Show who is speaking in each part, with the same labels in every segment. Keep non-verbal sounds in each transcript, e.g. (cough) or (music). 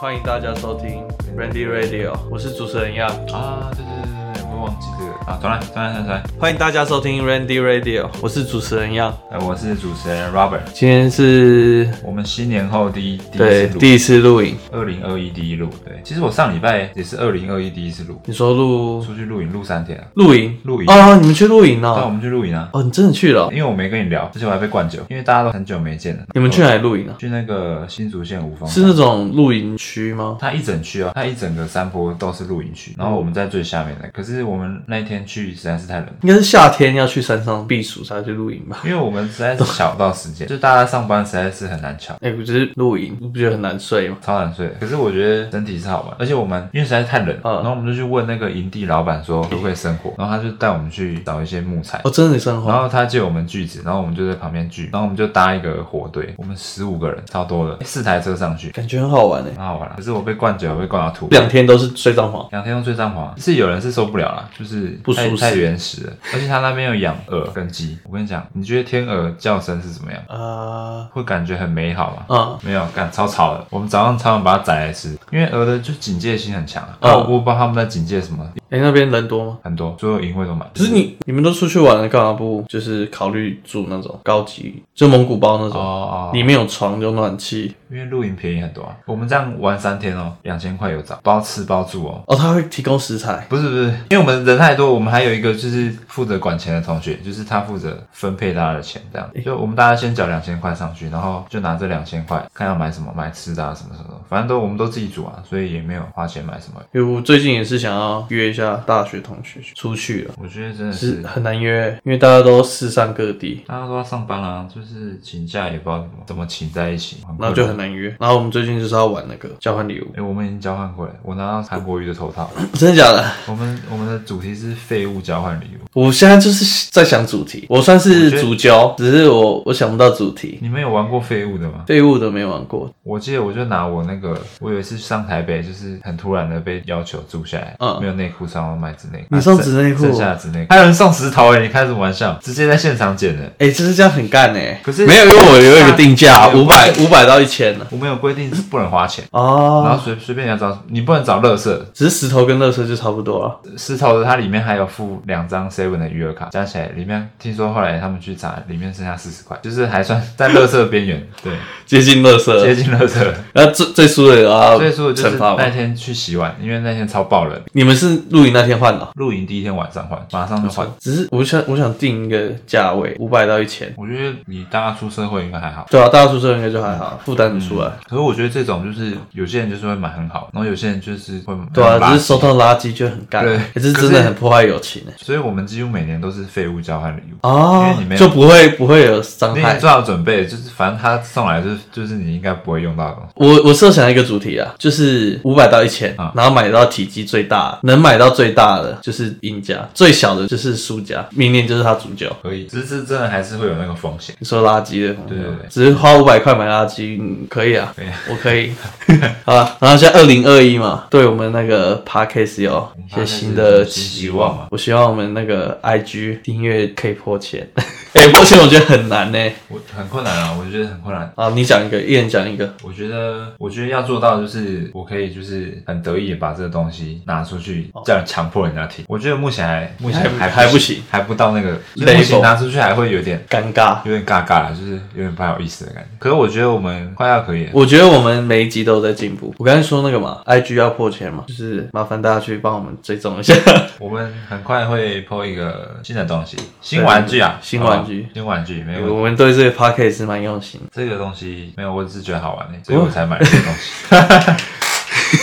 Speaker 1: 欢迎大家收听 Randy Radio，我是主持人亚。
Speaker 2: 啊，对对对对对，我忘记这个啊，转来转来转来转来，
Speaker 1: 欢迎大家收听 Randy Radio，我是主持人样。
Speaker 2: 呃，我是主持人 Robert，
Speaker 1: 今天是
Speaker 2: 我们新年后第一第
Speaker 1: 对
Speaker 2: 一
Speaker 1: 第一
Speaker 2: 次
Speaker 1: 次录影，
Speaker 2: 录，二零二一第一录，对，其实我上礼拜也是二零二一第一次录，
Speaker 1: 你说录
Speaker 2: 出去露营录三天啊，
Speaker 1: 露营
Speaker 2: 露营
Speaker 1: 哦，你们去露营
Speaker 2: 对啊，我
Speaker 1: 了？
Speaker 2: 们去露营啊，
Speaker 1: 哦，你真的去了？
Speaker 2: 因为我没跟你聊，而且我还被灌酒，因为大家都很久没见了，
Speaker 1: 你们去哪里露营啊？
Speaker 2: 去那个新竹县五峰
Speaker 1: 是
Speaker 2: 山。
Speaker 1: 那种露营区吗？
Speaker 2: 它一整区啊，它一整个山坡都是露营区，然后我们在最下面的。可是我们那一天去实在是太冷了，
Speaker 1: 应该是夏天要去山上避暑才去露营吧？
Speaker 2: 因为我们实在是抢不到时间，就大家上班实在是很难抢。
Speaker 1: 哎、不是露营，你不觉得很难睡吗？
Speaker 2: 超难睡的，可是我觉得整体是好玩，而且我们因为实在太冷，
Speaker 1: 嗯
Speaker 2: 然后我们就去问那个营地老板说可不可以生火，然后他就带我们去找一些木材，
Speaker 1: 哦，真的生活
Speaker 2: 然。后他借我们锯子，然后我们就在旁边锯，然后我们就搭一个火堆，我们十五个人，超多的，四台车上去，
Speaker 1: 感觉很好玩诶、
Speaker 2: 很好玩啦。可是我被灌酒，被灌到吐。
Speaker 1: 两天都是睡帐篷，
Speaker 2: 两天用最上滑，是有人是受不了啦，就是
Speaker 1: 不舒
Speaker 2: 太
Speaker 1: 适
Speaker 2: 太原始了，而且他那边有养鹅跟鸡。我跟你讲，你觉得天鹅叫声是怎么样？
Speaker 1: 啊
Speaker 2: 会感觉很美好吗？
Speaker 1: 啊
Speaker 2: 没有，干超吵的。我们早上常常把它宰来吃，因为鹅的就警戒心很强啊。
Speaker 1: 嗯
Speaker 2: 啊，我不知道他们在警戒什么，
Speaker 1: 哎、那边人多吗？
Speaker 2: 很多所有营会都满。
Speaker 1: 可是你你们都出去玩了，干嘛不就是考虑住那种高级，就蒙古包那
Speaker 2: 哦
Speaker 1: 种，
Speaker 2: 哦，
Speaker 1: 里面有床有暖气
Speaker 2: 因为露营便宜很多啊。我们这样玩三天哦，两千块有找，包吃包住哦。
Speaker 1: 哦，他会提供食材
Speaker 2: 不是不是，因为我们人太多，我们还有一个就是负责管钱的同学，就是他负责分配大家的钱，这样就我们大家先缴两千块上去，然后就拿这两千块看要买什么，买吃的啊什么什么的，反正都我们都自己煮啊，所以也没有花钱买什么。
Speaker 1: 因为我最近也是想要约一下大学同学出去了，
Speaker 2: 我觉得真的是
Speaker 1: 是很难约，因为大家都四散各地，
Speaker 2: 大家都要上班啦、就是请假也不知道怎么怎么请在一起，
Speaker 1: 然后就很难约。然后我们最近就是要玩那个交换礼物 (coughs)
Speaker 2: 哎、，诶我们已经交换过了，我拿到韩国瑜的头套。
Speaker 1: 真的假的？
Speaker 2: 我们我们的主题是废物交换礼物，
Speaker 1: 我现在就是在想主题，我算
Speaker 2: 我
Speaker 1: 是
Speaker 2: 觉得
Speaker 1: 主角，只是我我想不到主题。
Speaker 2: 你们有玩过废物的吗？
Speaker 1: 废物都没玩过，
Speaker 2: 我记得我就拿我那个，我有一次上台北，就是很突然的被要求住下来，
Speaker 1: 嗯
Speaker 2: 没有内裤穿，我买纸内裤，
Speaker 1: 你送纸内裤
Speaker 2: 剩剩下的纸内裤，还有人送石头哎、你开什么玩笑？直接在现场捡的。
Speaker 1: 哎、就是这样很干哎、欸。
Speaker 2: 可是
Speaker 1: 没有，因为我有一个定价
Speaker 2: 啊
Speaker 1: 五百五百到一千呢。
Speaker 2: 我们有规定是不能花钱，然
Speaker 1: 哦，
Speaker 2: 后随随便你要找，你不能找乐色，
Speaker 1: 只是石头跟乐色就差不多啊了。
Speaker 2: 石头的它里面还有附两张 seven 的余额卡，加起来里面听说后来他们去查，里面剩下四十块，就是还算在乐色边缘，对，
Speaker 1: 接近乐色，
Speaker 2: 接近乐色。
Speaker 1: 然后最最输的啊有要
Speaker 2: 所以说就是
Speaker 1: 惩罚
Speaker 2: 那
Speaker 1: 吗？
Speaker 2: 天去洗碗，因为那天超爆冷，
Speaker 1: 你们是露营那天换的，啊
Speaker 2: 露营第一天晚上换，马上就换。
Speaker 1: 只是我想我想定一个价位，五百到一千。
Speaker 2: 我觉得你大家出社会应该还好，
Speaker 1: 对啊，大家宿舍应该就还
Speaker 2: 嗯
Speaker 1: 好，负担得出来。
Speaker 2: 可是我觉得这种就是有些人就是会买很好，然后有些人就是会买
Speaker 1: 对啊，
Speaker 2: 垃圾
Speaker 1: 只是收到垃圾就很干，
Speaker 2: 对
Speaker 1: 可是真的很破坏友情哎。
Speaker 2: 所以我们几乎每年都是废物交换礼物。
Speaker 1: 哦
Speaker 2: 因为你没，有
Speaker 1: 就不会不会有伤
Speaker 2: 你已经
Speaker 1: 害。
Speaker 2: 做好准备，就是反正他送来就是就是你应该不会用到的东西。
Speaker 1: 我我设想一个主题啊，就是五百到一千、
Speaker 2: 啊
Speaker 1: 然后买到体积最大，能买到最大的就是赢家，最小的就是输家。明年就是他主角。
Speaker 2: 可以，只是真的还是会有那个风险。
Speaker 1: 你说垃圾的朋友，
Speaker 2: 对对对
Speaker 1: 只是花五百块买垃圾，嗯，可以啊，
Speaker 2: 可以啊
Speaker 1: 我可以。 (laughs) 好了，然后现在二零二一嘛，对我们那个 podcast 有一些新的期
Speaker 2: 新希望
Speaker 1: 望
Speaker 2: 嘛。
Speaker 1: 我希望我们那个 IG 订阅可以破千， (laughs) 哎、破千我觉得很难呢、
Speaker 2: 我很困难啊，我觉得很困难。
Speaker 1: 啊，你讲一个，一人讲一个。
Speaker 2: 我觉得，我觉得要做到就是，我可以就是很得意的把这个东西拿出去，这样强迫人家听。我觉得目前还目前
Speaker 1: 哦还
Speaker 2: 还
Speaker 1: 还不
Speaker 2: 不
Speaker 1: 行，
Speaker 2: 还不到那个，就是
Speaker 1: Level
Speaker 2: 目前拿出去还会有点
Speaker 1: 尴尬，
Speaker 2: 有点尬尬，就是有点不好意思的感觉。可是我觉得我们快要可以了，
Speaker 1: 我觉得我们每一集都有在进步。我刚才说那个嘛，IG 要破千嘛，就是麻烦大家去帮我们追踪一下。
Speaker 2: 我们很快会 PO 一个新的东西，新玩具啊，
Speaker 1: 新玩具
Speaker 2: 好不好新玩具没有问题。
Speaker 1: (laughs) 我们对这个 podcast 是蛮用心的。
Speaker 2: 这个东西没有，我只是觉得好玩、欸，所以我才买这个东西。
Speaker 1: (laughs)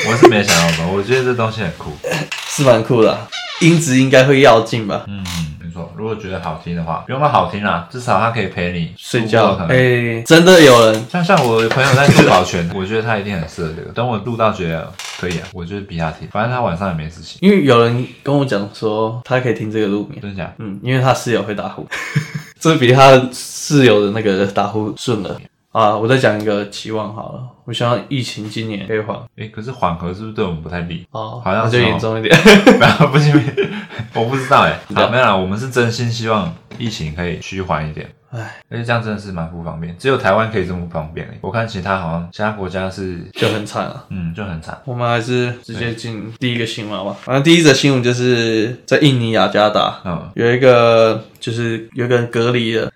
Speaker 2: 我是没想到吧，我觉得这东西很酷。
Speaker 1: 是蛮酷的啊、音质应该会要进吧？
Speaker 2: 嗯，没错。如果觉得好听的话，不用到好听啦，至少它可以陪你
Speaker 1: 睡
Speaker 2: 度
Speaker 1: 觉
Speaker 2: 过，可
Speaker 1: 哎、
Speaker 2: 能。
Speaker 1: 真的有人
Speaker 2: 像像我朋友在做保全， (laughs) 我觉得他一定很适合这个。等我录到觉得可以啊，我就是逼他听，反正他晚上也没事情。
Speaker 1: 因为有人跟我讲说，他可以听这个录音，
Speaker 2: 真的假的？
Speaker 1: (laughs) 嗯，因为他室友会打呼，这比他室友的那个打呼顺了。啊，我再讲一个期望好了，我希望疫情今年可以缓
Speaker 2: 哎、可是缓和是不是对我们不太利？ (laughs)
Speaker 1: 哦，
Speaker 2: 好像
Speaker 1: 那就是
Speaker 2: 哦
Speaker 1: 严重一 (laughs) 点。
Speaker 2: 不要，不行， (laughs) 我不知道哎、
Speaker 1: 道
Speaker 2: 好，没有啦，我们是真心希望疫情可以趋缓一点。
Speaker 1: 唉，
Speaker 2: 而且这样真的是蛮不方便，只有台湾可以这么不方便、欸。我看其他好像其他国家是，
Speaker 1: 就很惨啊。
Speaker 2: 嗯，就很惨。
Speaker 1: 我们还是直接进第一个新闻吧。反正第一则新闻就是在印尼雅加达，
Speaker 2: 嗯，
Speaker 1: 有一个就是有一个人隔离了。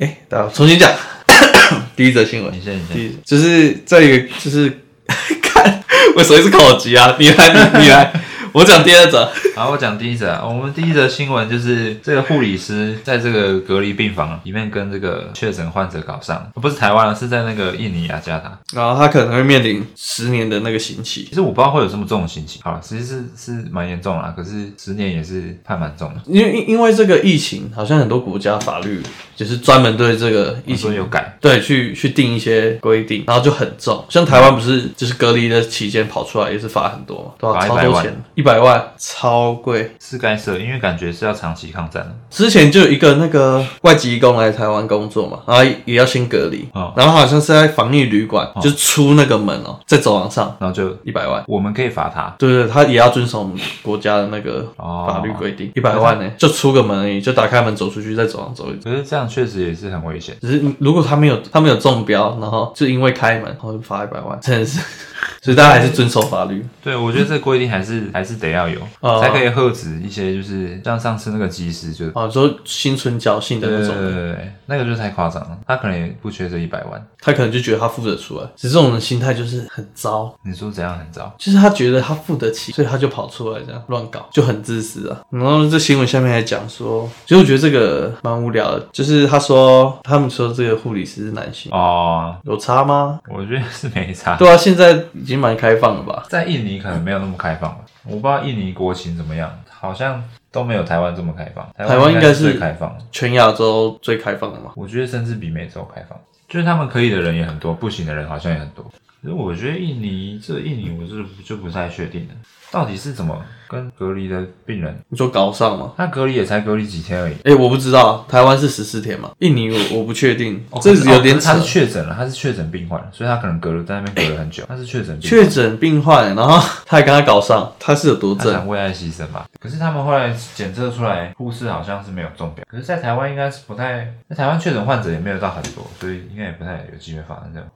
Speaker 1: 哎、大家重新讲 (coughs) 第一则新闻
Speaker 2: 你。先，你先。
Speaker 1: 第一就是这一个就是看为什么一直口急啊？你来你你来，我讲第二则。
Speaker 2: 好，我讲第一则啊、我们第一则新闻就是这个护理师在这个隔离病房里面跟这个确诊患者搞上，不是台湾啊，是在那个印尼雅加达。
Speaker 1: 然后他可能会面临十年的那个刑期。
Speaker 2: 其实我不知道会有这么重的刑期，好了，其实是是蛮严重啦，可是十年也是判蛮重的。
Speaker 1: 因为因因为这个疫情，好像很多国家法律就是专门对这个疫
Speaker 2: 你
Speaker 1: 情
Speaker 2: 说有改，
Speaker 1: 对，去去定一些规定，然后就很重。像台湾不是就是隔离的期间跑出来也是罚很多嘛，对吧、
Speaker 2: 罚
Speaker 1: 超
Speaker 2: 100
Speaker 1: 多
Speaker 2: 万
Speaker 1: 钱，一百万，超贵。
Speaker 2: 是该设，因为感觉是要长期抗战的。
Speaker 1: 之前就有一个那个外籍义工来台湾工作嘛，然后也要先隔离，
Speaker 2: 哦
Speaker 1: 然后好像是在防疫旅馆，就出那个门哦，在走廊上
Speaker 2: 然后就
Speaker 1: 一百万。
Speaker 2: 我们可以罚他，
Speaker 1: 对对，他也要遵守我们国家的那个
Speaker 2: 哦
Speaker 1: 法律规定，一百、万呢、就出个门而已，就打开门走出去，在走廊走一走。
Speaker 2: 可是这样确实也是很危险。
Speaker 1: 只是如果他没有他没有中标，然后就因为开门，然后就罚一百万，真的是， (laughs) 所以大家还是遵守法律。
Speaker 2: 对，我觉得这个规定还是还是得要有，
Speaker 1: 哦
Speaker 2: 才可以遏止一些就是像上次那个技师就
Speaker 1: 哦，说心存侥幸的那
Speaker 2: 对对
Speaker 1: 种
Speaker 2: 对
Speaker 1: 人，
Speaker 2: 对对，那个就太夸张了。他可能也不缺这一百万。
Speaker 1: 他可能就觉得他付得出来，只是这种人心态就是很糟，
Speaker 2: 你说怎样很糟？
Speaker 1: 就是他觉得他付得起，所以他就跑出来这样乱搞，就很自私啊。然后这新闻下面还讲说，其实我觉得这个蛮无聊的，就是他说他们说这个护理师是男性，
Speaker 2: 哦，
Speaker 1: 有差吗？
Speaker 2: 我觉得是没差。
Speaker 1: 对啊，现在已经蛮开放了吧？
Speaker 2: 在印尼可能没有那么开放吧，我不知道印尼国情怎么样，好像都没有台湾这么开放。
Speaker 1: 台湾应该是
Speaker 2: 最开放的，
Speaker 1: 全亚洲最开放的嘛。
Speaker 2: 我觉得甚至比美洲开放，就是他们可以的人也很多，不行的人好像也很多。可是我觉得印尼这印尼我是就不太确定了，到底是怎么跟隔离的病人，
Speaker 1: 你说搞上吗？
Speaker 2: 他隔离也才隔离几天而已。
Speaker 1: 哎、我不知道，台湾是十四天嘛？印尼我我不确定，这
Speaker 2: 哦是
Speaker 1: 有点
Speaker 2: 他
Speaker 1: 扯
Speaker 2: 是。确诊了，他是确诊病患，所以他可能隔了在那边隔了很久，他是确诊病患
Speaker 1: 确诊病患，然后他还跟他搞上，他是有多
Speaker 2: 他
Speaker 1: 正？
Speaker 2: 想为爱牺牲吧。可是他们后来检测出来，护士好像是没有中标。可是，在台湾应该是不太，在台湾确诊患者也没有到很多，所以应该也不太有机会发生这样。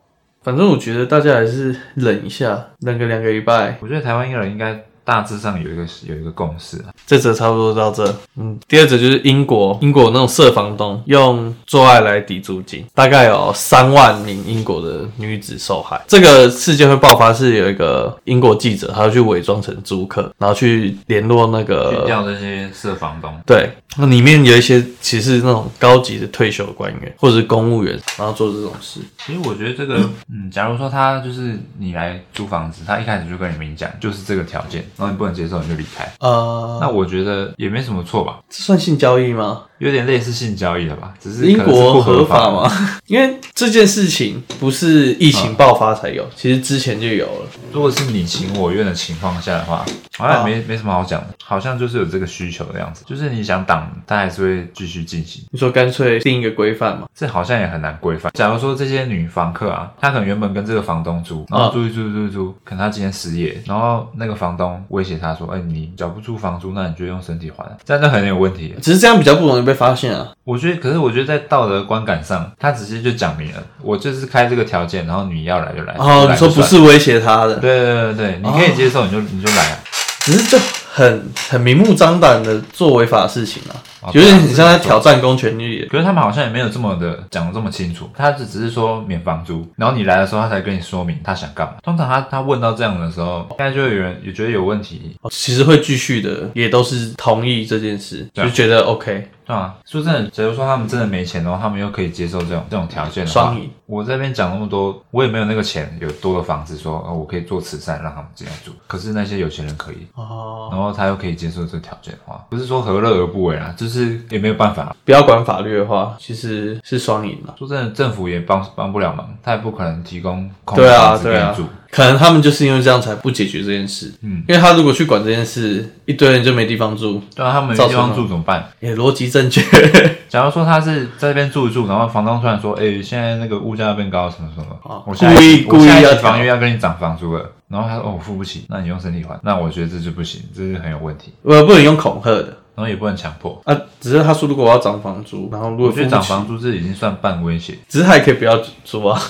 Speaker 1: 反正我觉得大家还是忍一下，忍个两个礼拜，
Speaker 2: 我觉得台湾人应该大致上有一个有一个共识啊。
Speaker 1: 这则差不多到这。嗯，第二则就是英国，英国那种色房东用做爱来抵租金，大概有三万名英国的女子受害。这个事件会爆发是有一个英国记者，他去伪装成租客，然后去联络那个
Speaker 2: 去掉这些社房东，
Speaker 1: 对，那里面有一些其实是那种高级的退休官员或者是公务员，然后做这种事。
Speaker 2: 其实我觉得这个，嗯，假如说他就是你来租房子，他一开始就跟你明讲，就是这个条件，然后你不能接受你就离开，
Speaker 1: 呃，
Speaker 2: 那我觉得也没什么错吧，
Speaker 1: 这算性交易吗？
Speaker 2: 有点类似性交易了吧？只是
Speaker 1: 英
Speaker 2: 可能是
Speaker 1: 国
Speaker 2: 不
Speaker 1: 合
Speaker 2: 合
Speaker 1: 法
Speaker 2: 法
Speaker 1: 吗？？ (laughs) 因为这件事情不是疫
Speaker 2: 嗯
Speaker 1: 情爆发才有，其实之前就有了。
Speaker 2: 如果是你情我愿的情况下的话，好像
Speaker 1: 啊
Speaker 2: 也没、没什么好讲的，好像就是有这个需求的样子，就是你想挡，他还是会继续进行。
Speaker 1: 你说干脆定一个规范嘛？
Speaker 2: 这好像也很难规范。假如说这些女房客啊，她可能原本跟这个房东
Speaker 1: 啊
Speaker 2: 租，然后租一租租一租，可能她今天失业，然后那个房东威胁她说：“哎、你缴不出房租，那你就用身体还。”这样就很有问题。
Speaker 1: 只是这样比较不容易被发现啊。
Speaker 2: 我觉得，可是我觉得在道德观感上，他直接就讲明了，我就是开这个条件，然后你要来就来。
Speaker 1: 哦，
Speaker 2: 来
Speaker 1: 你
Speaker 2: 就
Speaker 1: 说不
Speaker 2: 哎算？
Speaker 1: 是威胁他的，
Speaker 2: (laughs) 对对对对，你可以接受，你就你就来啊。
Speaker 1: 只是就很很明目张胆的做违法的事情啊，
Speaker 2: 哦
Speaker 1: 有点很像在
Speaker 2: 对啊
Speaker 1: 挑战公权力。
Speaker 2: 可是他们好像也没有这么的讲的这么清楚，他只只是说免房租，然后你来的时候他才跟你说明他想干嘛。通常他他问到这样的时候，应该就会有人也觉得有问题，
Speaker 1: 哦其实会继续的，也都是同意这件事，
Speaker 2: 对
Speaker 1: 就
Speaker 2: 啊
Speaker 1: 觉得 OK。
Speaker 2: 对啊，说真的，假如说他们真的没钱的话，他们又可以接受这种这种条件的话
Speaker 1: 双赢，
Speaker 2: 我这边讲那么多，我也没有那个钱有多的房子说，哦，我可以做慈善让他们这样住。可是那些有钱人可以。
Speaker 1: 哦，
Speaker 2: 然后他又可以接受这个条件的话，不是说何乐而不为啦，就是也没有办法。啊
Speaker 1: 不要管法律的话，其实是双赢嘛。啊
Speaker 2: 说真的，政府也帮帮不了忙，他也不可能提供空
Speaker 1: 对啊
Speaker 2: 房子给
Speaker 1: 对啊
Speaker 2: 你住。
Speaker 1: 可能他们就是因为这样才不解决这件事。嗯，因为他如果去管这件事，一堆人就没地方住，
Speaker 2: 对啊，他们没
Speaker 1: 造
Speaker 2: 地
Speaker 1: 成
Speaker 2: 方
Speaker 1: 了
Speaker 2: 住怎么办？
Speaker 1: 也逻辑正确。 (laughs)
Speaker 2: 假如说他是在这边住一住，然后房东突然说：“哎、现在那个物价变高，什么什么，
Speaker 1: 哦
Speaker 2: 我下一期
Speaker 1: 故意
Speaker 2: 我下一期
Speaker 1: 故意要
Speaker 2: 房
Speaker 1: 调
Speaker 2: 约要跟你涨房租了。”然后他说：“哦，我付不起，那你用身体还。”那我觉得这就不行，这是很有问题。
Speaker 1: 我不能用恐吓的
Speaker 2: 然后也不能强迫。
Speaker 1: 啊，只是他说如果我要涨房租，然后如果
Speaker 2: 嗯我
Speaker 1: 付
Speaker 2: 觉得
Speaker 1: 不
Speaker 2: 涨
Speaker 1: 起，
Speaker 2: 房租这已经算半威胁，
Speaker 1: 只是还可以不要租
Speaker 2: (laughs)
Speaker 1: 啊。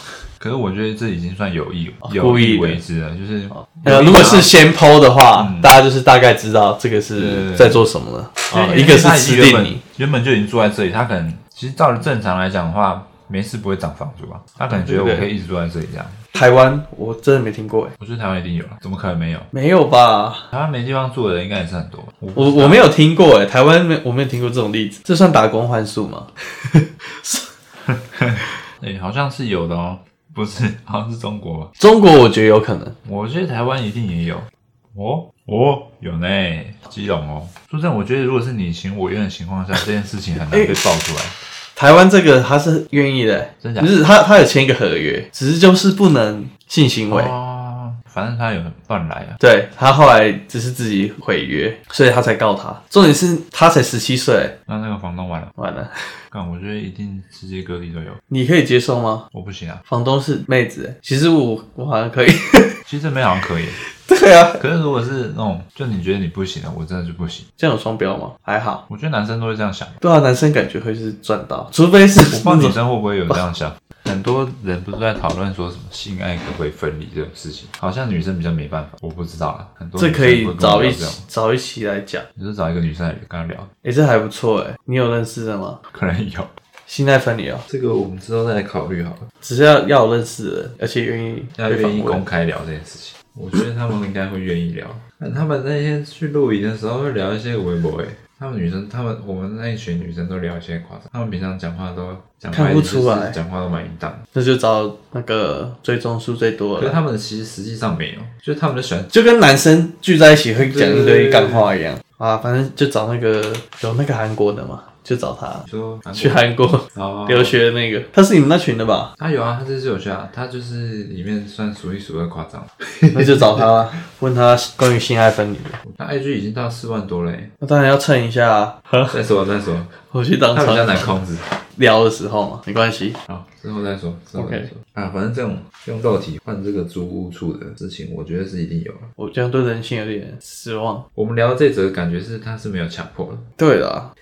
Speaker 2: 可是我觉得这已经算有意有
Speaker 1: 哦故意
Speaker 2: 意
Speaker 1: 的
Speaker 2: 为之了，就是
Speaker 1: 呃，如果是先剖的话，大家就是大概知道这个是
Speaker 2: 啊嗯对
Speaker 1: 在做什么了。啊、
Speaker 2: 因为
Speaker 1: 一个是
Speaker 2: 他已
Speaker 1: 吃
Speaker 2: 经原
Speaker 1: 定
Speaker 2: 本
Speaker 1: 你，
Speaker 2: 原本就已经住在这里，他可能其实照着正常来讲的话，没事不会涨房租吧？他可能觉得
Speaker 1: 对
Speaker 2: 我
Speaker 1: 对
Speaker 2: 可以一直住在这里这样。
Speaker 1: 台湾我真的没听过哎，
Speaker 2: 我觉得台湾一定有，啊怎么可能没有？
Speaker 1: 没有吧？
Speaker 2: 台湾没地方住的人应该也是很啊多吧。
Speaker 1: 我我没有听过哎，台湾没我没有听过这种例子，这算打工换宿吗？
Speaker 2: 对，好像是有的哦，不是，好像是中国吧？
Speaker 1: 中国我觉得有可能，
Speaker 2: 我觉得台湾一定也有。哦哦，有呢，基隆哦。说真的，我觉得如果是你情我愿的情况下，这件事情
Speaker 1: (laughs)
Speaker 2: 很难被爆出来。
Speaker 1: 台湾这个他是愿意的欸，
Speaker 2: 真假
Speaker 1: 不是他他有签一个合约，只是就是不能性行为。
Speaker 2: 哦，反正他有乱来啊。
Speaker 1: 对他后来只是自己毁约，所以他才告他。重点是他才十七岁，
Speaker 2: 那那个房东完了，
Speaker 1: 完了，
Speaker 2: 干，我觉得一定世界各地都有。
Speaker 1: 你可以接受吗？
Speaker 2: 我不行啊，
Speaker 1: 房东是妹子欸，其实我我好像
Speaker 2: (laughs)
Speaker 1: 可以。
Speaker 2: 其实这边好像可以，
Speaker 1: 对啊，
Speaker 2: 可是如果是那种就你觉得你不行啊的，我真的就不行。
Speaker 1: 这样有双标吗？还好。
Speaker 2: 我觉得男生都会这样想，
Speaker 1: 对啊，男生感觉会是赚到，除非是
Speaker 2: 我不知道
Speaker 1: 那
Speaker 2: 女
Speaker 1: 种
Speaker 2: 生会不会有这样想。很多人不是在讨论说什么性爱可不可以分离这种事情，好像女生比较没办法，我不知道啦。很多
Speaker 1: 这可以找
Speaker 2: 找
Speaker 1: 一
Speaker 2: 这种
Speaker 1: 起，找一起来讲。
Speaker 2: 你就找一个女生来跟她聊，
Speaker 1: 诶、这还不错诶、你有认识的吗？
Speaker 2: 可能有。
Speaker 1: 心态分离哦，
Speaker 2: 这个我们之后再来考虑好了，
Speaker 1: 只是要要有认识的人，而且愿意
Speaker 2: 要
Speaker 1: 被
Speaker 2: 愿
Speaker 1: 访
Speaker 2: 意公
Speaker 1: 问。
Speaker 2: 开聊这件事情。我觉得他们应该会愿意聊。但他们那天去露营的时候会聊一些微博诶，他们女生，他们我们那一群女生都聊一些夸张，他们平常讲话都讲话
Speaker 1: 看不
Speaker 2: 就是
Speaker 1: 出来
Speaker 2: 讲话都蛮淫荡的。
Speaker 1: 那就找那个追踪数最多的
Speaker 2: 可是
Speaker 1: 啦，
Speaker 2: 他们其实实际上没有，就是他们就喜欢
Speaker 1: 就跟男生聚在一起会讲一
Speaker 2: 对对
Speaker 1: 堆
Speaker 2: 对
Speaker 1: 干话一样啊。反正就找那个有那个韩国的嘛，就找他
Speaker 2: 说
Speaker 1: 去韩国
Speaker 2: 哦
Speaker 1: 留学的那个，他是你们那群的 (laughs) 吧？
Speaker 2: 他有啊，他这次有去啊，他就是里面算数一数二夸张。
Speaker 1: 那就找他啦，问他关于性爱分离的。
Speaker 2: 他 IG 已经到四万多了欸，
Speaker 1: 那当然要蹭一下啊，
Speaker 2: 再说
Speaker 1: (laughs)
Speaker 2: 再说，
Speaker 1: 我去当
Speaker 2: 他比
Speaker 1: 场
Speaker 2: 较难控制。
Speaker 1: 聊的时候嘛，没关系。
Speaker 2: 好，之后再说，之后再说啊。反正这种用肉体换这个租屋处的事情，我觉得是一定有了。
Speaker 1: 我这样对人性有点失望。
Speaker 2: 我们聊这则，感觉是他是没有强迫的。
Speaker 1: 对啦，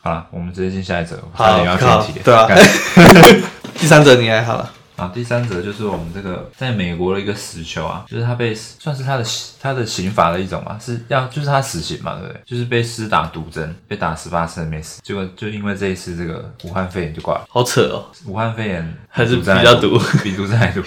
Speaker 2: 好了，我们直接进下一则，我差
Speaker 1: 好
Speaker 2: 点要
Speaker 1: 靠
Speaker 2: 进题了
Speaker 1: 对啊 (laughs)
Speaker 2: 干
Speaker 1: 第三者你还好了，
Speaker 2: 然后第三则就是我们这个在美国的一个死囚啊，就是他被算是他的他的刑罚的一种嘛，是要就是他死刑嘛，对不对？就是被施打毒针，被打十八次没死，结果就因为这一次这个武汉肺炎就挂了。
Speaker 1: 好扯 (laughs) 哦，
Speaker 2: 武汉肺炎
Speaker 1: 还是
Speaker 2: 毒针
Speaker 1: 比较毒，
Speaker 2: (laughs) 比毒针还毒。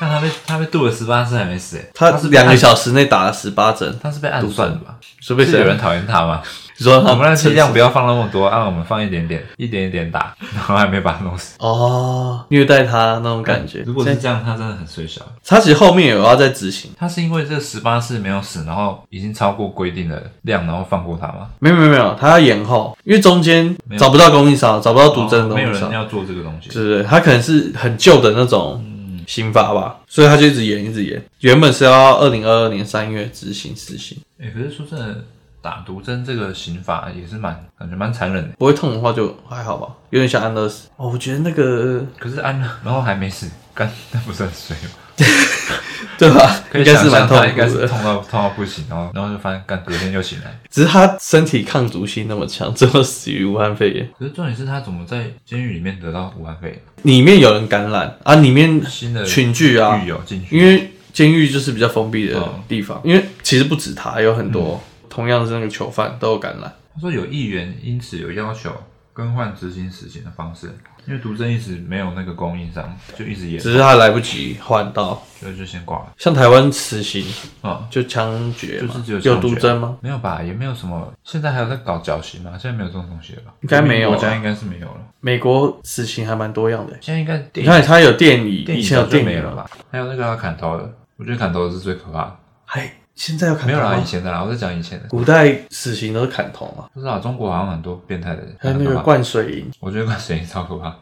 Speaker 2: 但他被他被剁了十八次还没死、欸，
Speaker 1: 他
Speaker 2: 是被
Speaker 1: 两个
Speaker 2: 暗
Speaker 1: 小时内打了十八针，
Speaker 2: 他是被暗算的啊吧？
Speaker 1: 除非
Speaker 2: 是
Speaker 1: 谁
Speaker 2: 有人讨厌他吗？
Speaker 1: 你说他
Speaker 2: (laughs) 我们让剂
Speaker 1: 趁
Speaker 2: 量不要放那么多，啊让、我们放一点点， (laughs) 一点一点打，然后还没把他弄死。
Speaker 1: 哦虐待他那种感觉。
Speaker 2: 如果是
Speaker 1: 现在
Speaker 2: 这样，他真的很衰小。
Speaker 1: 他其实后面有要再执行，
Speaker 2: 他是因为这十八次没有死，然后已经超过规定的量，然后放过他吗？
Speaker 1: 没有没有没有，他要延后，因为中间
Speaker 2: 没有
Speaker 1: 找不到供应商，找不到毒针
Speaker 2: 哦
Speaker 1: 的
Speaker 2: 没有
Speaker 1: 供应
Speaker 2: 人
Speaker 1: 商，
Speaker 2: 要做这个东西。
Speaker 1: 对对对，他可能是很旧的那种刑罚吧，所以他就一直延一直延，原本是要二零二二年三月执行死刑。
Speaker 2: 哎、可是说真的，打毒针这个刑法也是蛮感觉蛮残忍的。
Speaker 1: 不会痛的话就还好吧，有点像安乐死哦。我觉得那个
Speaker 2: 可是安了，然后还没 (laughs) 死，干那不是很衰吗？
Speaker 1: (laughs) 对吧，
Speaker 2: 可
Speaker 1: 应
Speaker 2: 以
Speaker 1: 该
Speaker 2: 想
Speaker 1: 是蛮
Speaker 2: 象
Speaker 1: 痛
Speaker 2: 他应该
Speaker 1: 苦
Speaker 2: 是
Speaker 1: 的。
Speaker 2: 痛到痛到不行，然后然后就发现干隔天就醒来。
Speaker 1: 只是他身体抗毒性那么强，最后死于武汉肺炎。
Speaker 2: 可是重点是他怎么在监狱里面得到武汉肺炎？
Speaker 1: 里面有人感染啊，里面
Speaker 2: 新的
Speaker 1: 群聚啊
Speaker 2: 狱，友进去，
Speaker 1: 因为监狱就是比较封闭的
Speaker 2: 哦嗯
Speaker 1: 地方。因为其实不止他，有很多、同样是那个囚犯都有感染。
Speaker 2: 他说有议员因此有要求更换执行死刑的方式，因为毒针一直没有那个供应商，就一直延，
Speaker 1: 只是他来不及换到，
Speaker 2: 所以就先挂了。
Speaker 1: 像台湾死刑
Speaker 2: 啊、
Speaker 1: 就枪决嘛，
Speaker 2: 就是只有
Speaker 1: 有
Speaker 2: 枪
Speaker 1: 毒
Speaker 2: 决
Speaker 1: 针吗？
Speaker 2: 没有吧？也没有什么，现在还有在搞绞刑吗？现在没有这种东西了吧？
Speaker 1: 应该没有啊
Speaker 2: 国家应该是没有了。
Speaker 1: 美国死刑还蛮多样的。
Speaker 2: 现在应该电
Speaker 1: 你
Speaker 2: 影
Speaker 1: 看，他有电椅，
Speaker 2: 电
Speaker 1: 以
Speaker 2: 影
Speaker 1: 前
Speaker 2: 早
Speaker 1: 有
Speaker 2: 就
Speaker 1: 电
Speaker 2: 没
Speaker 1: 影
Speaker 2: 了，吧？还有那个要砍头的，我觉得砍头的是最可怕的。
Speaker 1: 还哎现在有砍
Speaker 2: 没有
Speaker 1: 头吗
Speaker 2: 啦，以前的啦，我在讲以前的。
Speaker 1: 古代死刑都是砍头嘛，
Speaker 2: 不知道中国好像很多变态的人，
Speaker 1: 还有那
Speaker 2: 很
Speaker 1: 个
Speaker 2: 可怕
Speaker 1: 灌水银，
Speaker 2: 我觉得灌水超可怕。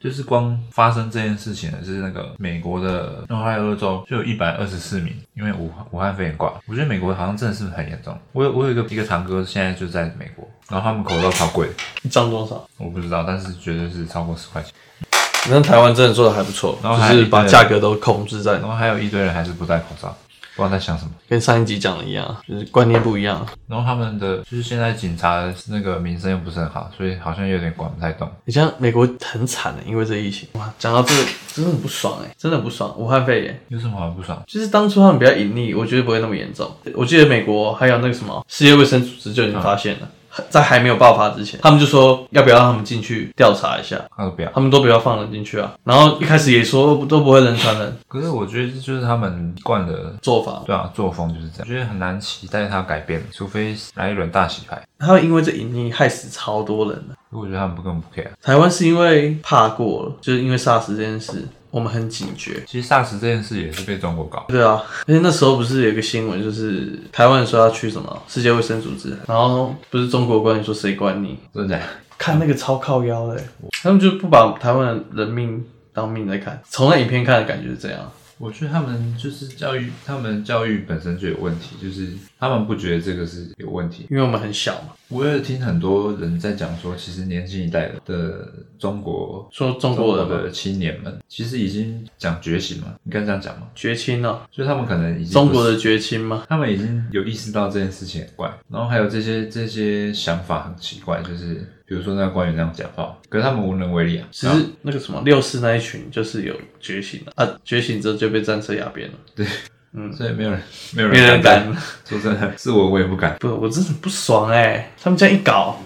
Speaker 2: 就是光发生这件事情的是那个美国的俄亥俄州就有一百二十四名因为武汉武汉肺炎挂了。我觉得美国好像真的是很严重。我有我有一个一个堂哥现在就在美国，然后他们口罩超贵的，
Speaker 1: 一张多少？
Speaker 2: 我不知道，但是绝对是超过十块钱。
Speaker 1: 那台湾真的做的还不错，
Speaker 2: 然后
Speaker 1: 就
Speaker 2: 还
Speaker 1: 是把价格都控制在
Speaker 2: 然，后还有一堆人还是不戴口罩，不知道在想什么。
Speaker 1: 跟上一集讲的一样，就是观念不一样。
Speaker 2: 然后他们的就是现在警察的那个名声又不是很好，所以好像有点管不太动。
Speaker 1: 你像美国很惨的，因为这疫情，哇，讲到这个真的很不爽哎、真的很不爽，武汉肺炎。
Speaker 2: 有什么好不爽？
Speaker 1: 就是当初他们比较隐匿，我觉得不会那么严重。我记得美国还有那个什么世界卫生组织就已经发现了，在还没有爆发之前，他们就说要不要让他们进去调查一下，
Speaker 2: 他说不要。
Speaker 1: 他们都不要放人进去啊。然后一开始也说都不会人传人
Speaker 2: 可是我觉得这就是他们惯的，
Speaker 1: 做法，
Speaker 2: 对啊，作风就是这样，觉得很难期待他改变，除非来一轮大洗牌。
Speaker 1: 他们因为这隐匿害死超多人了。
Speaker 2: 我觉得他们不根本不 care。
Speaker 1: 台湾是因为怕过了，就是因为 SARS 这件事，我们很警觉。
Speaker 2: 其实 SARS 这件事也是被中国搞，
Speaker 1: 对啊，而且那时候不是有一个新闻，就是台湾说要去什么世界卫生组织，然后不是中国官员说谁管你，
Speaker 2: 真的假的。
Speaker 1: 看那个超靠腰的欸，他们就不把台湾人命当命在看。从那影片看的感觉是这样，
Speaker 2: 我觉得他们就是教育，他们教育本身就有问题，就是他们不觉得这个是有问题。
Speaker 1: 因为我们很小嘛，
Speaker 2: 我也听很多人在讲说，其实年轻一代的中国
Speaker 1: 说中国人
Speaker 2: 中国
Speaker 1: 嘛
Speaker 2: 的青年们，其实已经讲觉醒嘛，应该这样讲嘛，
Speaker 1: 绝亲哦，
Speaker 2: 就是他们可能已经
Speaker 1: 中国
Speaker 2: 不是啊
Speaker 1: 的绝亲吗？
Speaker 2: 他们已经有意识到这件事情很怪，然后还有这些这些想法很奇怪，就是比如说那个官员那样讲话，可是他们无能为力啊。
Speaker 1: 只
Speaker 2: 然后
Speaker 1: 是那个什么六四那一群就是有觉醒了啊，觉醒之后就被战车压扁了，
Speaker 2: 所以没有人没有
Speaker 1: 没人
Speaker 2: 人
Speaker 1: 敢。
Speaker 2: 说真的，是我我也不敢。
Speaker 1: 不，我真的很不爽哎、他们这样一搞，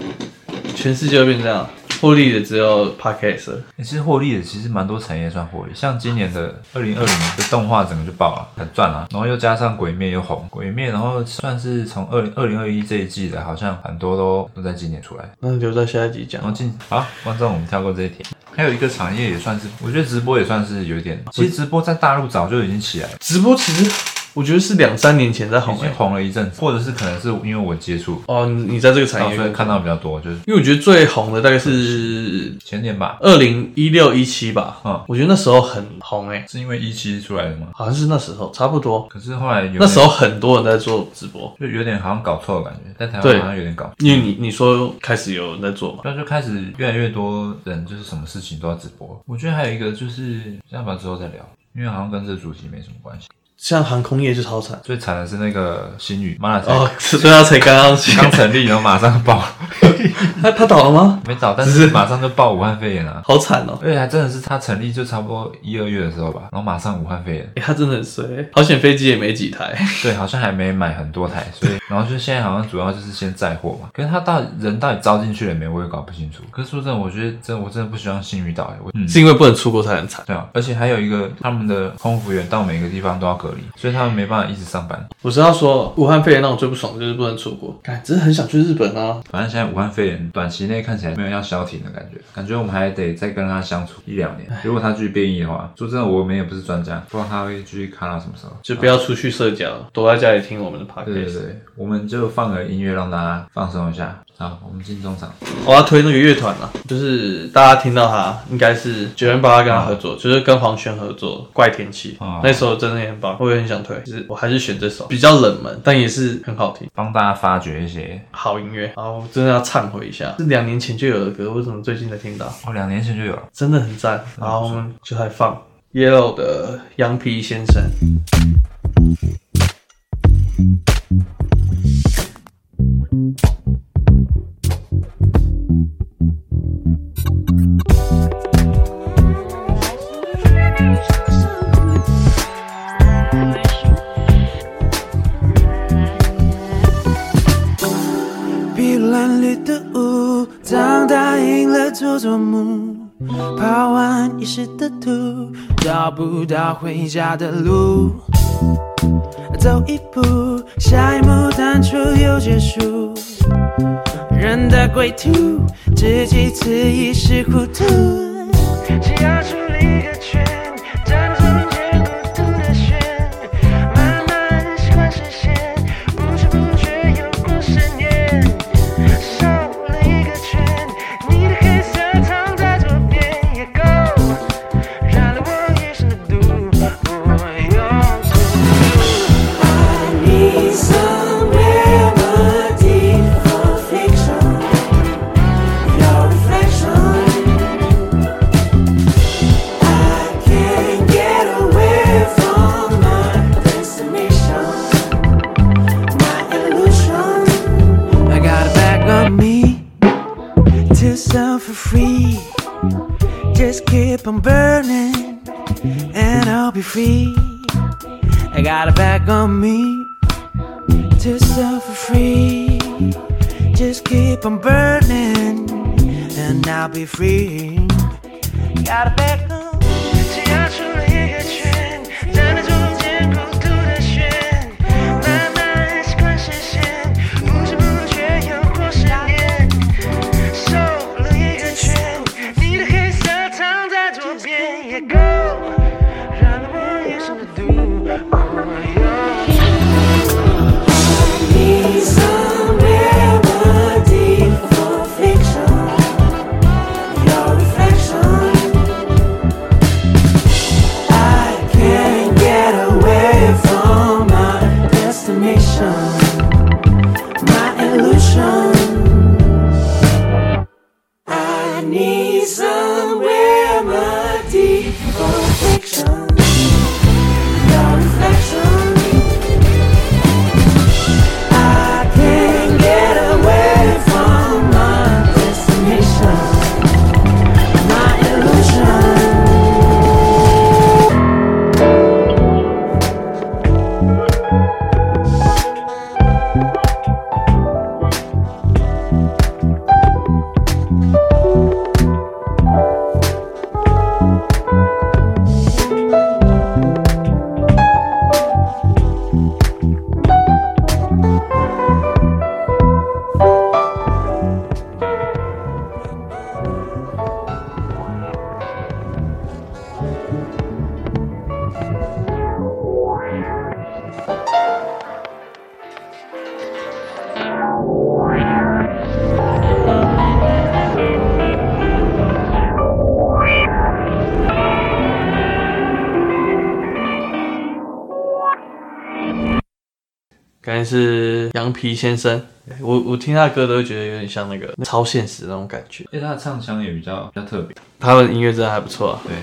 Speaker 1: 全世界都变这样，获利的只有 podcast 了
Speaker 2: 欸其实获利的，其实蛮多产业算获利，像今年的二零二零的动画整个就爆了，很赚啊。然后又加上鬼灭又红，鬼灭，然后算是从二零二零二一这一季的，好像很多都都在今年出来。
Speaker 1: 那留在下一集讲
Speaker 2: 然。后进好，观众，我们跳过这一题。还有一个产业也算是，我觉得直播也算是有一点，其实直播在大陆早就已经起来了。
Speaker 1: 直播其实我觉得是两三年前在
Speaker 2: 已
Speaker 1: 红哎、
Speaker 2: 经红了一阵子，或者是可能是因为我接触，
Speaker 1: 哦，你你在这个
Speaker 2: 然
Speaker 1: 产
Speaker 2: 后
Speaker 1: 业
Speaker 2: 所以
Speaker 1: 跟，
Speaker 2: 看到比较多，就是
Speaker 1: 因为我觉得最红的大概是
Speaker 2: 前年吧，
Speaker 1: 二零一六一七吧，
Speaker 2: 嗯
Speaker 1: 我觉得那时候很红诶、
Speaker 2: 是因为一期出来的嘛。
Speaker 1: 好像是那时候差不多，
Speaker 2: 可是后来有点
Speaker 1: 那时候很多人在做直播，
Speaker 2: 就有点好像搞错的感觉，在台
Speaker 1: 对
Speaker 2: 湾好像有点搞错。
Speaker 1: 因为你你说开始有人在做嘛，
Speaker 2: 那就开始越来越多人就是什么事情都要直播。我觉得还有一个就是，要不要之后再聊？因为好像跟这个主题没什么关系。
Speaker 1: 像航空业就超惨
Speaker 2: 最惨的是那个新宇，妈的才
Speaker 1: 哦，是对啊，才刚刚起，
Speaker 2: 刚成立，然后马上爆，
Speaker 1: (laughs) 他他倒了吗？
Speaker 2: 没找，但是马上就爆武汉肺炎了、
Speaker 1: 好惨哦。
Speaker 2: 而且还真的是他成立就差不多一二月的时候吧，然后马上武汉肺炎，
Speaker 1: 欸、他真的很衰欸，好险飞机也没几台，
Speaker 2: 对，好像还没买很多台，所以然后就现在好像主要就是先载货嘛。可是他到底人到底招进去了没，我也搞不清楚。可是说真的，我觉得真的我真的不希望新宇倒、欸，我嗯。
Speaker 1: 是因为不能出国才很惨。
Speaker 2: (laughs) 对啊，而且还有一个，他们的空服员到每个地方都要隔离，所以他们没办法一直上班。
Speaker 1: 我知道说武汉肺炎让我最不爽的就是不能出国，感真的很想去日本啊。
Speaker 2: 反正现在武汉肺炎短期内看起来没有要消停的感觉，感觉我们还得再跟他相处一两年。如果他继续变异的话，说真的，我们也不是专家，不知道他会继续看到什么时候。
Speaker 1: 就不要出去社交，躲在家里听我们的 podcast。
Speaker 2: 啊对对对，我们就放个音乐让大家放松一下。好，我们进中场。
Speaker 1: 我要推那个乐团啊，就是大家听到他，应该是九零八八跟他合作，就是跟黄轩合作《怪天气》
Speaker 2: 啊
Speaker 1: 那首真的也很棒，我也很想推，就是我还是选这首，比较冷门，但也是很好听，
Speaker 2: 帮大家发掘一些，
Speaker 1: 好音乐。然后真的要忏悔一下，是两年前就有的歌，为什么最近才听到？
Speaker 2: 哦，两年前就有了。
Speaker 1: 真的很赞。然后我们就来放 Yellow 的《羊皮先生》。
Speaker 3: 碧蓝绿的雾，长大赢了做做梦，跑完一时的土，找不到回家的路。走一步，下一幕淡出又结束，人的归途，知己此一时糊涂。只要出了一个圈，站出这孤独的圈，慢慢习惯视线，不知不觉又过十年。绕了一个圈，你的黑色藏在左边，也够 I'll be free. I got a bag on me to sell for free. Just keep on burning, and I'll be free. Got a bag on.
Speaker 4: 只要出了一个圈，站在中间孤独的旋，慢慢习惯视线，不知不觉又过十年。瘦了一个圈，你的黑色藏在左边，也够让我也深的度过哟。
Speaker 3: Some remedy for fiction, your reflection. I can't get away from my destination, my illusion.
Speaker 1: 刚才是羊皮先生，我我听他的歌都会觉得有点像那个超现实那种感觉。
Speaker 2: 因为他的唱腔也比较比较特别。
Speaker 1: 他们音乐真的还不错啊。
Speaker 2: 对，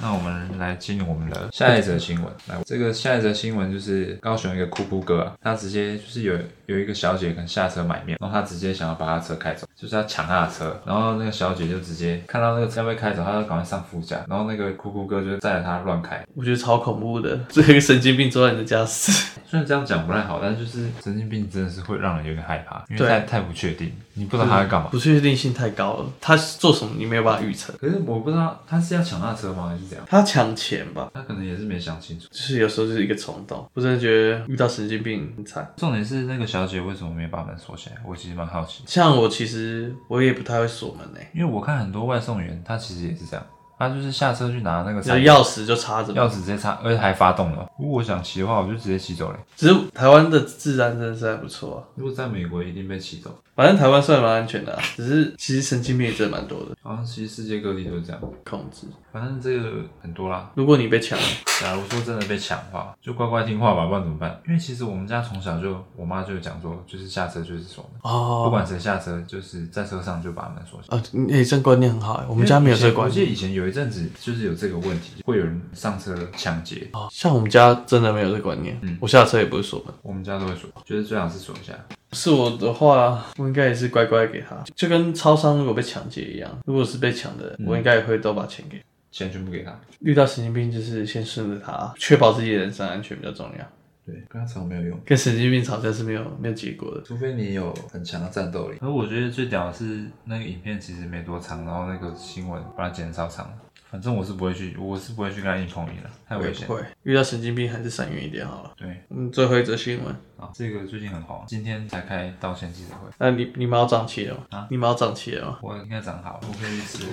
Speaker 2: 那我们来进我们的下一则新闻。来，这个下一则新闻就是高雄一个哭哭哥啊，他直接就是有有一个小姐可能下车买面，然后他直接想要把他车开走，就是要抢他的车，然后那个小姐就直接看到那个车要被开走，她就赶快上副驾，然后那个哭哭哥就载着她乱开。
Speaker 1: 我觉得超恐怖的， (laughs) 这个神经病坐在你的驾 (laughs) 驶，
Speaker 2: 虽然这样讲不太好，但是就是神经病真的是会让人有点害怕，因为
Speaker 1: 对
Speaker 2: 太太不确定，你不知道他在干嘛。
Speaker 1: 不确定性太高了。他做什么你没有办法预测。
Speaker 2: 可是我不知道他是要抢他的车吗，还是怎样？
Speaker 1: 他抢钱吧，
Speaker 2: 他可能也是没想清楚。
Speaker 1: 就是有时候就是一个冲动。我真的觉得遇到神经病很惨。
Speaker 2: 重点是那个小姐为什么没有把门锁起来？我其实蛮好奇。
Speaker 1: 像我其实我也不太会锁门欸诶、
Speaker 2: 因为我看很多外送员，他其实也是这样，他就是下车去拿那个
Speaker 1: 欸，
Speaker 2: 餐
Speaker 1: 要钥匙就插着嘛。
Speaker 2: 钥匙直接插，而且还发动了。如果我想骑的话，我就直接骑走了。
Speaker 1: 只是台湾的治安真的是还不错啊，
Speaker 2: 如果在美国，一定被骑走。
Speaker 1: 反正台湾算蛮安全的、啊，只是其实神经病也真的蛮多的
Speaker 2: 好像其实世界各地都是这样，
Speaker 1: 控制。
Speaker 2: 反正这个很多啦。
Speaker 1: 如果你被抢了，
Speaker 2: 假如说真的被抢的话，就乖乖听话吧，不然怎么办？因为其实我们家从小就，我妈就有讲说，就是下车就是锁门，不
Speaker 1: 哦，
Speaker 2: 管谁下车，就是在车上就把门锁起来。
Speaker 1: 啊，你你这观念很好、欸，我们家没有这个观
Speaker 2: 我记
Speaker 1: 念。
Speaker 2: 得以前有一阵子就是有这个问题，会有人上车抢劫，
Speaker 1: 哦像我们家真的没有这个观念，我下车也不会锁门。
Speaker 2: 我们家都会锁，就是最好是锁一下。
Speaker 1: 是我的话，我应该也是乖乖给他，就跟超商如果被抢劫一样，如果是被抢的，我应该也会都把钱给。
Speaker 2: 钱全部给他。
Speaker 1: 遇到神经病就是先顺着他，确保自己的人身安全比较重要。
Speaker 2: 对，跟他吵没有用，
Speaker 1: 跟神经病吵架是没有没有结果的。
Speaker 2: 除非你有很强的战斗力。而我觉得最屌的是那个影片其实没多长，然后那个新闻把它剪得超长。反正我是不会去，我是不会去跟他硬碰硬的，太危险
Speaker 1: 不。会遇到神经病还是闪远一点好了。
Speaker 2: 对，
Speaker 1: 嗯，最后一则新闻，
Speaker 2: 啊，这个最近很红，今天才开道歉记者会，
Speaker 1: 那你你猫长齐了吗？
Speaker 2: 啊
Speaker 1: 你猫长齐了吗？
Speaker 2: 我应该长好，我可以去吃。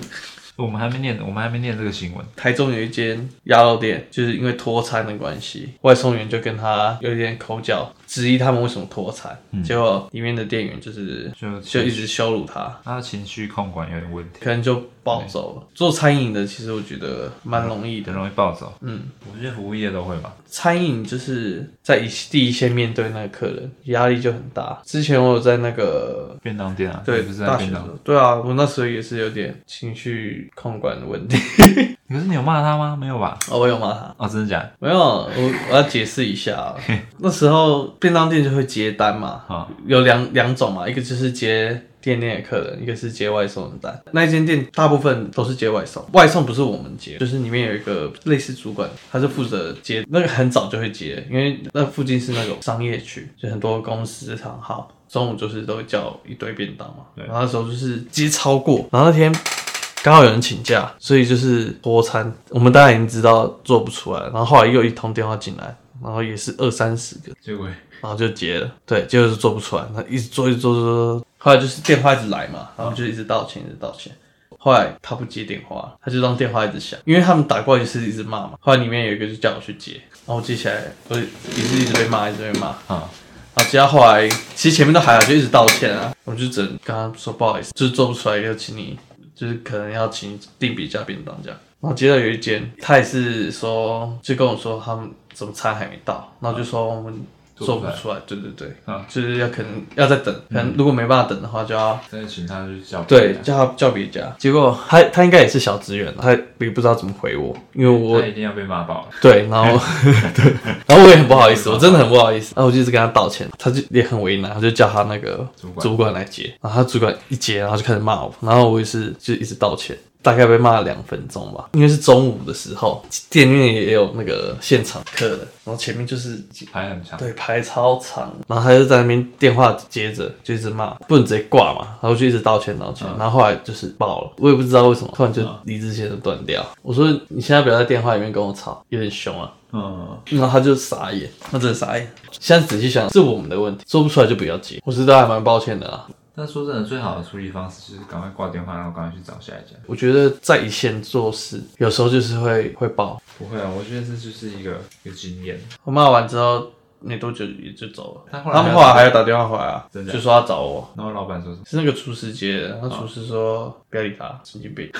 Speaker 2: 我们还没念，我们还没念这个新闻。
Speaker 1: 台中有一间鸭肉店，就是因为拖餐的关系，外送员就跟他有一点口角，质疑他们为什么拖餐，结果里面的店员就是
Speaker 2: 就
Speaker 1: 就一直羞辱他，
Speaker 2: 他的情绪控管有点问题，
Speaker 1: 可能就暴走了。做餐饮的其实我觉得蛮容易的，
Speaker 2: 很容易暴走。
Speaker 1: 嗯，
Speaker 2: 我觉得服务业都会吧。
Speaker 1: 餐饮就是在一第一线面对那个客人，压力就很大。之前我有在那个
Speaker 2: 便当店啊，
Speaker 1: 对，
Speaker 2: 你不是在
Speaker 1: 大学
Speaker 2: 便
Speaker 1: 的
Speaker 2: 当
Speaker 1: 时候，对啊，我那时候也是有点情绪控管的问题。
Speaker 2: 可是你有骂他吗？没有吧？
Speaker 1: 哦，我有骂他，
Speaker 2: 哦，真的假的？
Speaker 1: 没有，我我要解释一下啊。那时候便当店就会接单嘛，
Speaker 2: 好
Speaker 1: 有两两种嘛，一个就是接店内的客人，一个是接外送的单。那一间店大部分都是接外送，外送不是我们接，就是里面有一个类似主管，他是负责接那个很早就会接，因为那附近是那种商业区，就很多公司行号。中午就是都会叫一堆便当嘛，然后那时候就是接超过，然后那天刚好有人请假，所以就是多餐。我们大家已经知道做不出来，然后后来又有一通电话进来，然后也是二三十个，
Speaker 2: 结果
Speaker 1: 然后就接了。对，结果是做不出来，他一直做，一直做，做做做。后来就是电话一直来嘛，然后就一直道歉，一直道歉。后来他不接电话，他就让电话一直响，因为他们打过来就是一直骂嘛。后来里面有一个就叫我去接，然后我接起来，我也是一直被骂，一直被骂。
Speaker 2: 啊，
Speaker 1: 然后接到后来，其实前面都还好，就一直道歉啊，我们就只能跟他说不好意思，就是做不出来，要请你，就是可能要请你定比价便当这样。然后接到有一间，他也是说，就跟我说他们怎么餐还没到，然后就说我们做不出来，对对对，
Speaker 2: 嗯
Speaker 1: 就是要可能要再等，可能如果没办法等的话，就要
Speaker 2: 再请他去叫
Speaker 1: 对
Speaker 2: 别人
Speaker 1: 叫他叫别家。结果他他应该也是小职员，他也不知道怎么回我，因为我
Speaker 2: 哎他一定要被骂爆了。
Speaker 1: 对，然
Speaker 2: (laughs)
Speaker 1: 后对，然后我也很不好意思，我真的很不好意思，然后我就一直跟他道歉，他就也很为难，我就叫他那个
Speaker 2: 主管
Speaker 1: 主管来接，然后他主管一接，然后就开始骂我，然后我也是就一直道歉。大概被骂了两分钟吧，因为是中午的时候，店面也有那个现场客人，然后前面就是
Speaker 2: 排很长，
Speaker 1: 对，排超长，然后他就在那边电话接着就一直骂，不能直接挂嘛，然后就一直道歉道歉，然后后来就是爆了，我也不知道为什么，突然就理智线就断掉。我说你现在不要在电话里面跟我吵，有点凶啊。
Speaker 2: 嗯，
Speaker 1: 然后他就傻眼，他真的傻眼。现在仔细想，是我们的问题，说不出来就不要接。我知道还蛮抱歉的啦。
Speaker 2: 但说真的，最好的处理方式就是赶快挂电话，然后赶快去找下一家。
Speaker 1: 我觉得在一线做事，有时候就是会会爆。
Speaker 2: 不会啊，我觉得这就是一个一个经验。
Speaker 1: 我骂完之后没多久也就走了。
Speaker 2: 他后来
Speaker 1: 他们
Speaker 2: 还有
Speaker 1: 后来还要打电话回来啊，
Speaker 2: 真的
Speaker 1: 就说要找我。
Speaker 2: 然后老板说什么？
Speaker 1: 是那个厨师接的，那
Speaker 2: 啊
Speaker 1: 厨师说、不要理他，神经病。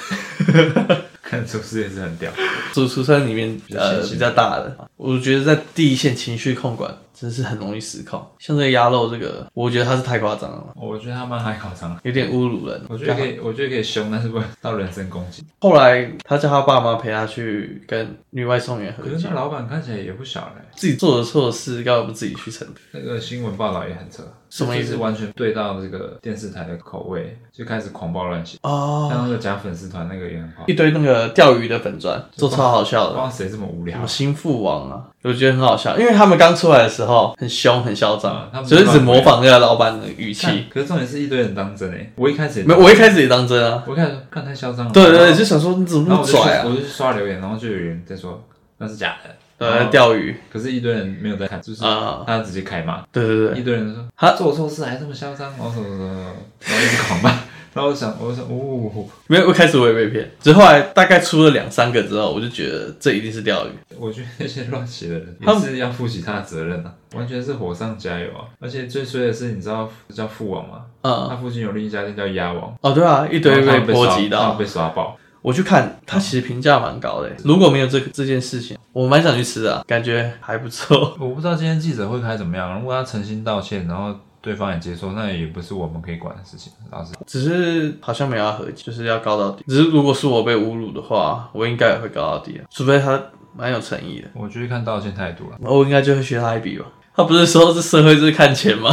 Speaker 2: 看厨师也是很屌，
Speaker 1: 主厨生里面
Speaker 2: 较
Speaker 1: 呃比
Speaker 2: 先进啊
Speaker 1: 较大的，我觉得在第一线情绪控管真是很容易失控。像这个鸭肉这个，我觉得他是太夸张了嘛，
Speaker 2: 我觉得他蛮还考上。
Speaker 1: 有点侮辱人。
Speaker 2: 我觉得可以，我觉得可以凶，但是不能到人身攻击。
Speaker 1: 后来他叫他爸妈陪他去跟女外送员和
Speaker 2: 可是
Speaker 1: 解
Speaker 2: 那，老板看起来也不小嘞、
Speaker 1: 自己做的错事，干嘛不自己去承担？
Speaker 2: 那个新闻报道也很扯，
Speaker 1: 什么意思
Speaker 2: 就是完全对到这个电视台的口味，就开始狂暴乱写。像
Speaker 1: 哦，
Speaker 2: 那个假粉丝团那个也很好
Speaker 1: 一，堆那个钓鱼的粉砖，做超好笑
Speaker 2: 不知
Speaker 1: 的。
Speaker 2: 道谁这么
Speaker 1: 什
Speaker 2: 无聊
Speaker 1: 么。新父王啊，我觉得很好笑，因为他们刚出来的时候很凶很嚣张
Speaker 2: 啊他，们
Speaker 1: 就是只模仿那个老板的语气
Speaker 2: 看。可是重点是一堆人当真哎、我一开始也
Speaker 1: 没有，我一开始也当真啊，
Speaker 2: 我一开始看太嚣张了。
Speaker 1: 对对
Speaker 2: 然
Speaker 1: 对，
Speaker 2: 后
Speaker 1: 就想说你怎么那
Speaker 2: 然
Speaker 1: 么
Speaker 2: 后我就去
Speaker 1: 拽啊？
Speaker 2: 我就去刷留言，然后就有人在说那是假的，然
Speaker 1: 呃，
Speaker 2: 后，
Speaker 1: 钓鱼，
Speaker 2: 可是一堆人没有在看，就是
Speaker 1: 啊
Speaker 2: 他直接开骂，
Speaker 1: 对对
Speaker 2: 一
Speaker 1: 对，
Speaker 2: 堆人说
Speaker 1: 他
Speaker 2: 做错事还这么嚣张，然后什么什么什么，然后一直狂骂，然后我想，我想，哦，
Speaker 1: 没有，我一开始我也被骗，只是后来大概出了两三个之后，我就觉得这一定是钓鱼。
Speaker 2: 我觉得那些乱写的人
Speaker 1: 他
Speaker 2: 也
Speaker 1: 们
Speaker 2: 是要负起 (laughs) 他的责任啊，完全是火上加油啊！而且最衰的是，你知道叫父王吗？他
Speaker 1: 嗯，
Speaker 2: 附近有另一家店叫鸭王，
Speaker 1: 哦对啊，一堆
Speaker 2: 然后他们被
Speaker 1: 波及
Speaker 2: 刷他们
Speaker 1: 到
Speaker 2: 被。刷爆。
Speaker 1: 我去看，他其实评价蛮高的。欸如果没有这个这件事情，我蛮想去吃的啊，感觉还不错。 (laughs)
Speaker 2: 我不知道今天记者会开怎么样，如果他诚心道歉，然后对方也接受，那也不是我们可以管的事情。老师，
Speaker 1: 只是好像没有要和解，就是要告到底。只是如果是我被侮辱的话，我应该也会告到底的，啊除非他蛮有诚意的，
Speaker 2: 我觉得看道歉态度了， (laughs)
Speaker 1: 我应该就会学他一笔吧。他不是说这社会就是看钱吗？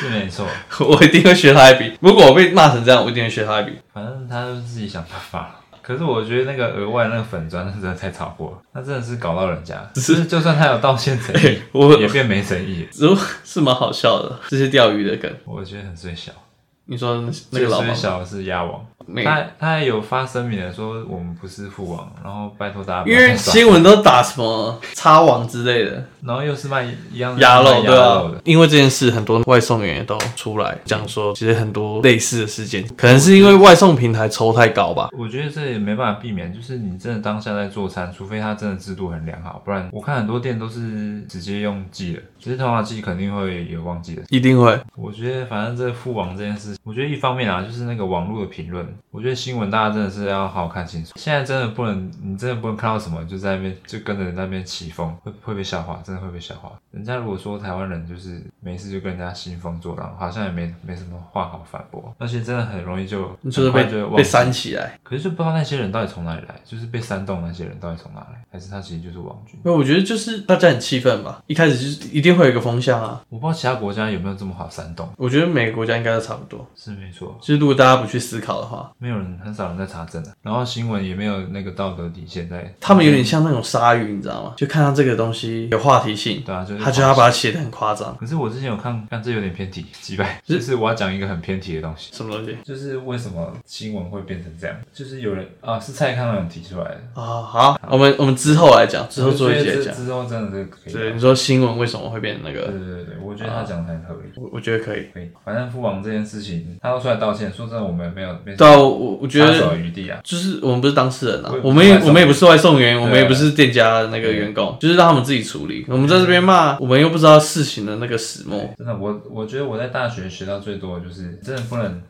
Speaker 2: 是没错，
Speaker 1: (laughs) 我一定会学他一笔。如果我被骂成这样，我一定会学他一笔。，
Speaker 2: 反正他就是自己想办法了。可是我觉得那个额外那个粉砖，那真的太炒过了，那真的是搞到人 (laughs) 家。只是就算他有道歉诚意
Speaker 1: (laughs) 我
Speaker 2: (laughs) 也变没诚意了，
Speaker 1: 如 (laughs) 是蛮好笑的，这些钓鱼的梗。
Speaker 2: 我觉得很最小。
Speaker 1: 你说那那个老板
Speaker 2: 最小的是鸭王，
Speaker 1: 没
Speaker 2: 他他还有发声明的说我们不是父王，然后拜托大家不
Speaker 1: 因
Speaker 2: 要
Speaker 1: 为
Speaker 2: 太爽，
Speaker 1: 新闻都打什么叉王之类
Speaker 2: (laughs)
Speaker 1: 的
Speaker 2: 然后又是卖一样
Speaker 1: 鸭
Speaker 2: 卖
Speaker 1: 肉，
Speaker 2: 鸭
Speaker 1: 对啊
Speaker 2: 肉的，，
Speaker 1: 因为这件事，很多外送员也都出来讲说，其实很多类似的事件，可能是因为外送平台抽太高吧。
Speaker 2: 我觉得这也没办法避免，就是你真的当下在做餐，除非它真的制度很良好，不然我看很多店都是直接用寄的，只是通话寄肯定会有忘记的。
Speaker 1: 一定会，
Speaker 2: 我觉得反正这个父王这件事，我觉得一方面啊，就是那个网络的评论，我觉得新闻大家真的是要好好看清楚。现在真的不能，你真的不能看到什么就在那边就跟着那边起风，会会被笑话，真真的会被笑话。人家如果说台湾人就是没事就跟人家兴风作浪，好像也没没什么话好反驳，而且真的很容易就
Speaker 1: 就是
Speaker 2: 很快
Speaker 1: 被
Speaker 2: 就忘
Speaker 1: 被
Speaker 2: 记
Speaker 1: 煽起来。
Speaker 2: 可是就不知道那些人到底从哪里来，就是被煽动那些人到底从哪来，还是他其实就是网军？
Speaker 1: 那我觉得就是大家很气愤吧，一开始就是一定会有一个风向啊。
Speaker 2: 我不知道其他国家有没有这么好煽动，
Speaker 1: 我觉得每个国家应该都差不多，
Speaker 2: 是没错，
Speaker 1: 就是如果大家不去思考的话，
Speaker 2: 没有人很少人在查证的、啊然后新闻也没有那个道德底线在。
Speaker 1: (laughs) 他们有点像那种鲨鱼，你知道吗？就看到这个东西有话题性，
Speaker 2: 对啊，就是
Speaker 1: 他就要把它写的很夸张，
Speaker 2: 可是我之前有看，看这有点偏题，几百，就是我要讲一个很偏题的东西，
Speaker 1: 什么东西
Speaker 2: 就是为什么新闻会变成这样，就是有人啊，是蔡康永提出来的，
Speaker 1: 啊？好，我们我们之后来讲，之后做一
Speaker 2: 我觉
Speaker 1: 节
Speaker 2: 得这
Speaker 1: 讲。
Speaker 2: 之后真的是可以
Speaker 1: 对，
Speaker 2: 聊，
Speaker 1: 你说新闻为什么会变那
Speaker 2: 对
Speaker 1: 个？
Speaker 2: 对对对，我觉得他讲的很合理。
Speaker 1: 我我觉得可以。
Speaker 2: 可以，反正父王这件事情，他都出来道歉，说真的，我们没有没
Speaker 1: 对啊，我我我觉
Speaker 2: 插手
Speaker 1: 得
Speaker 2: 余地啊。
Speaker 1: 就是我们不是当事人啊
Speaker 2: 我也，不
Speaker 1: 我
Speaker 2: 是
Speaker 1: 们也
Speaker 2: 外送
Speaker 1: 我们也不是外送员，我们也
Speaker 2: 对啊
Speaker 1: 不是店家的那个员工，就是让他们自己处理。我们在这边骂，我们又不知道事情的那个始末。
Speaker 2: 真的，我我觉得我在大学学到最多的就是，真的不能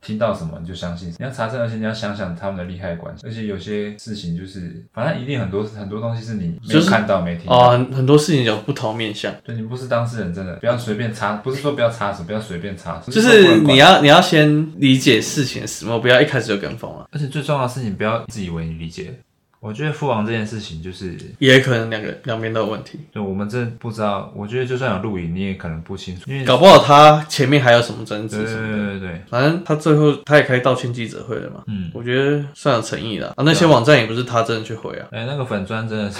Speaker 2: 听到什么你就相信，你要查证，而且你要想想他们的利害关系，而且有些事情就是，反正一定很多很多东西是你没
Speaker 1: 就
Speaker 2: 有
Speaker 1: 是
Speaker 2: 看到、没听
Speaker 1: 哦，
Speaker 2: 到。
Speaker 1: 很很多事情有不同面向，
Speaker 2: 对，你不是当事人，真的不要随便插，不是说不要插手，不要随便插手，
Speaker 1: 就
Speaker 2: 说不
Speaker 1: 是
Speaker 2: 能管
Speaker 1: 你，要你要先理解事情的始末，不要一开始就跟风啊了。
Speaker 2: 而且最重要的是，你不要自以为你理解。我觉得父王这件事情就是，
Speaker 1: 也可能两个两边都有问题，
Speaker 2: 就我们真的不知道。我觉得就算有录影，你也可能不清楚，因为
Speaker 1: 搞不好他前面还有什么争
Speaker 2: 对
Speaker 1: 执
Speaker 2: 对
Speaker 1: 什
Speaker 2: 对
Speaker 1: 么的。
Speaker 2: 对对，
Speaker 1: 反正他最后他也开道歉记者会了嘛，
Speaker 2: 嗯
Speaker 1: 我觉得算有诚意了啊。那些网站也不是他真的去回啊，
Speaker 2: 哎、那个粉砖真的是，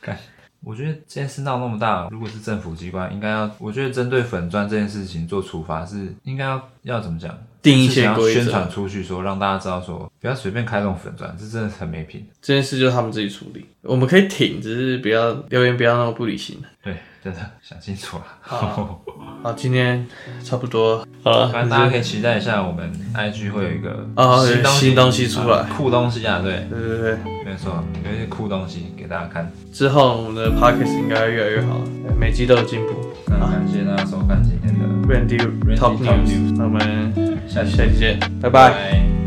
Speaker 2: 看，我觉得这件事闹那么大，如果是政府机关，应该要，我觉得针对粉砖这件事情做处罚是应该要要怎么讲？
Speaker 1: 定一
Speaker 2: 是
Speaker 1: 些
Speaker 2: 想要
Speaker 1: 规
Speaker 2: 宣
Speaker 1: 则
Speaker 2: 传，出去说，让大家知道说，不要随便开这种粉砖，这真的很没品。
Speaker 1: 这件事就是他们自己处理，我们可以挺，只是不要留言不要那么不理性。
Speaker 2: 对，真的想清楚了。
Speaker 1: 好好，今天差不多好了，
Speaker 2: 反正大家可以期待一下，我们 IG 会有一个
Speaker 1: 哦有
Speaker 2: 新东西
Speaker 1: 新东西出来
Speaker 2: 酷东西啊，对，
Speaker 1: 对对对，
Speaker 2: 没错，有一些酷东西给大家看。
Speaker 1: 之后我们的 podcast 应该会越来越好了，每集都有进步。
Speaker 2: 那感谢大家收看今天的，
Speaker 1: Randy
Speaker 2: Randy
Speaker 1: Top
Speaker 2: Top
Speaker 1: News，
Speaker 2: News
Speaker 1: 那我们
Speaker 2: 下期
Speaker 1: 下期见，拜
Speaker 2: 拜
Speaker 1: 拜。
Speaker 2: 拜。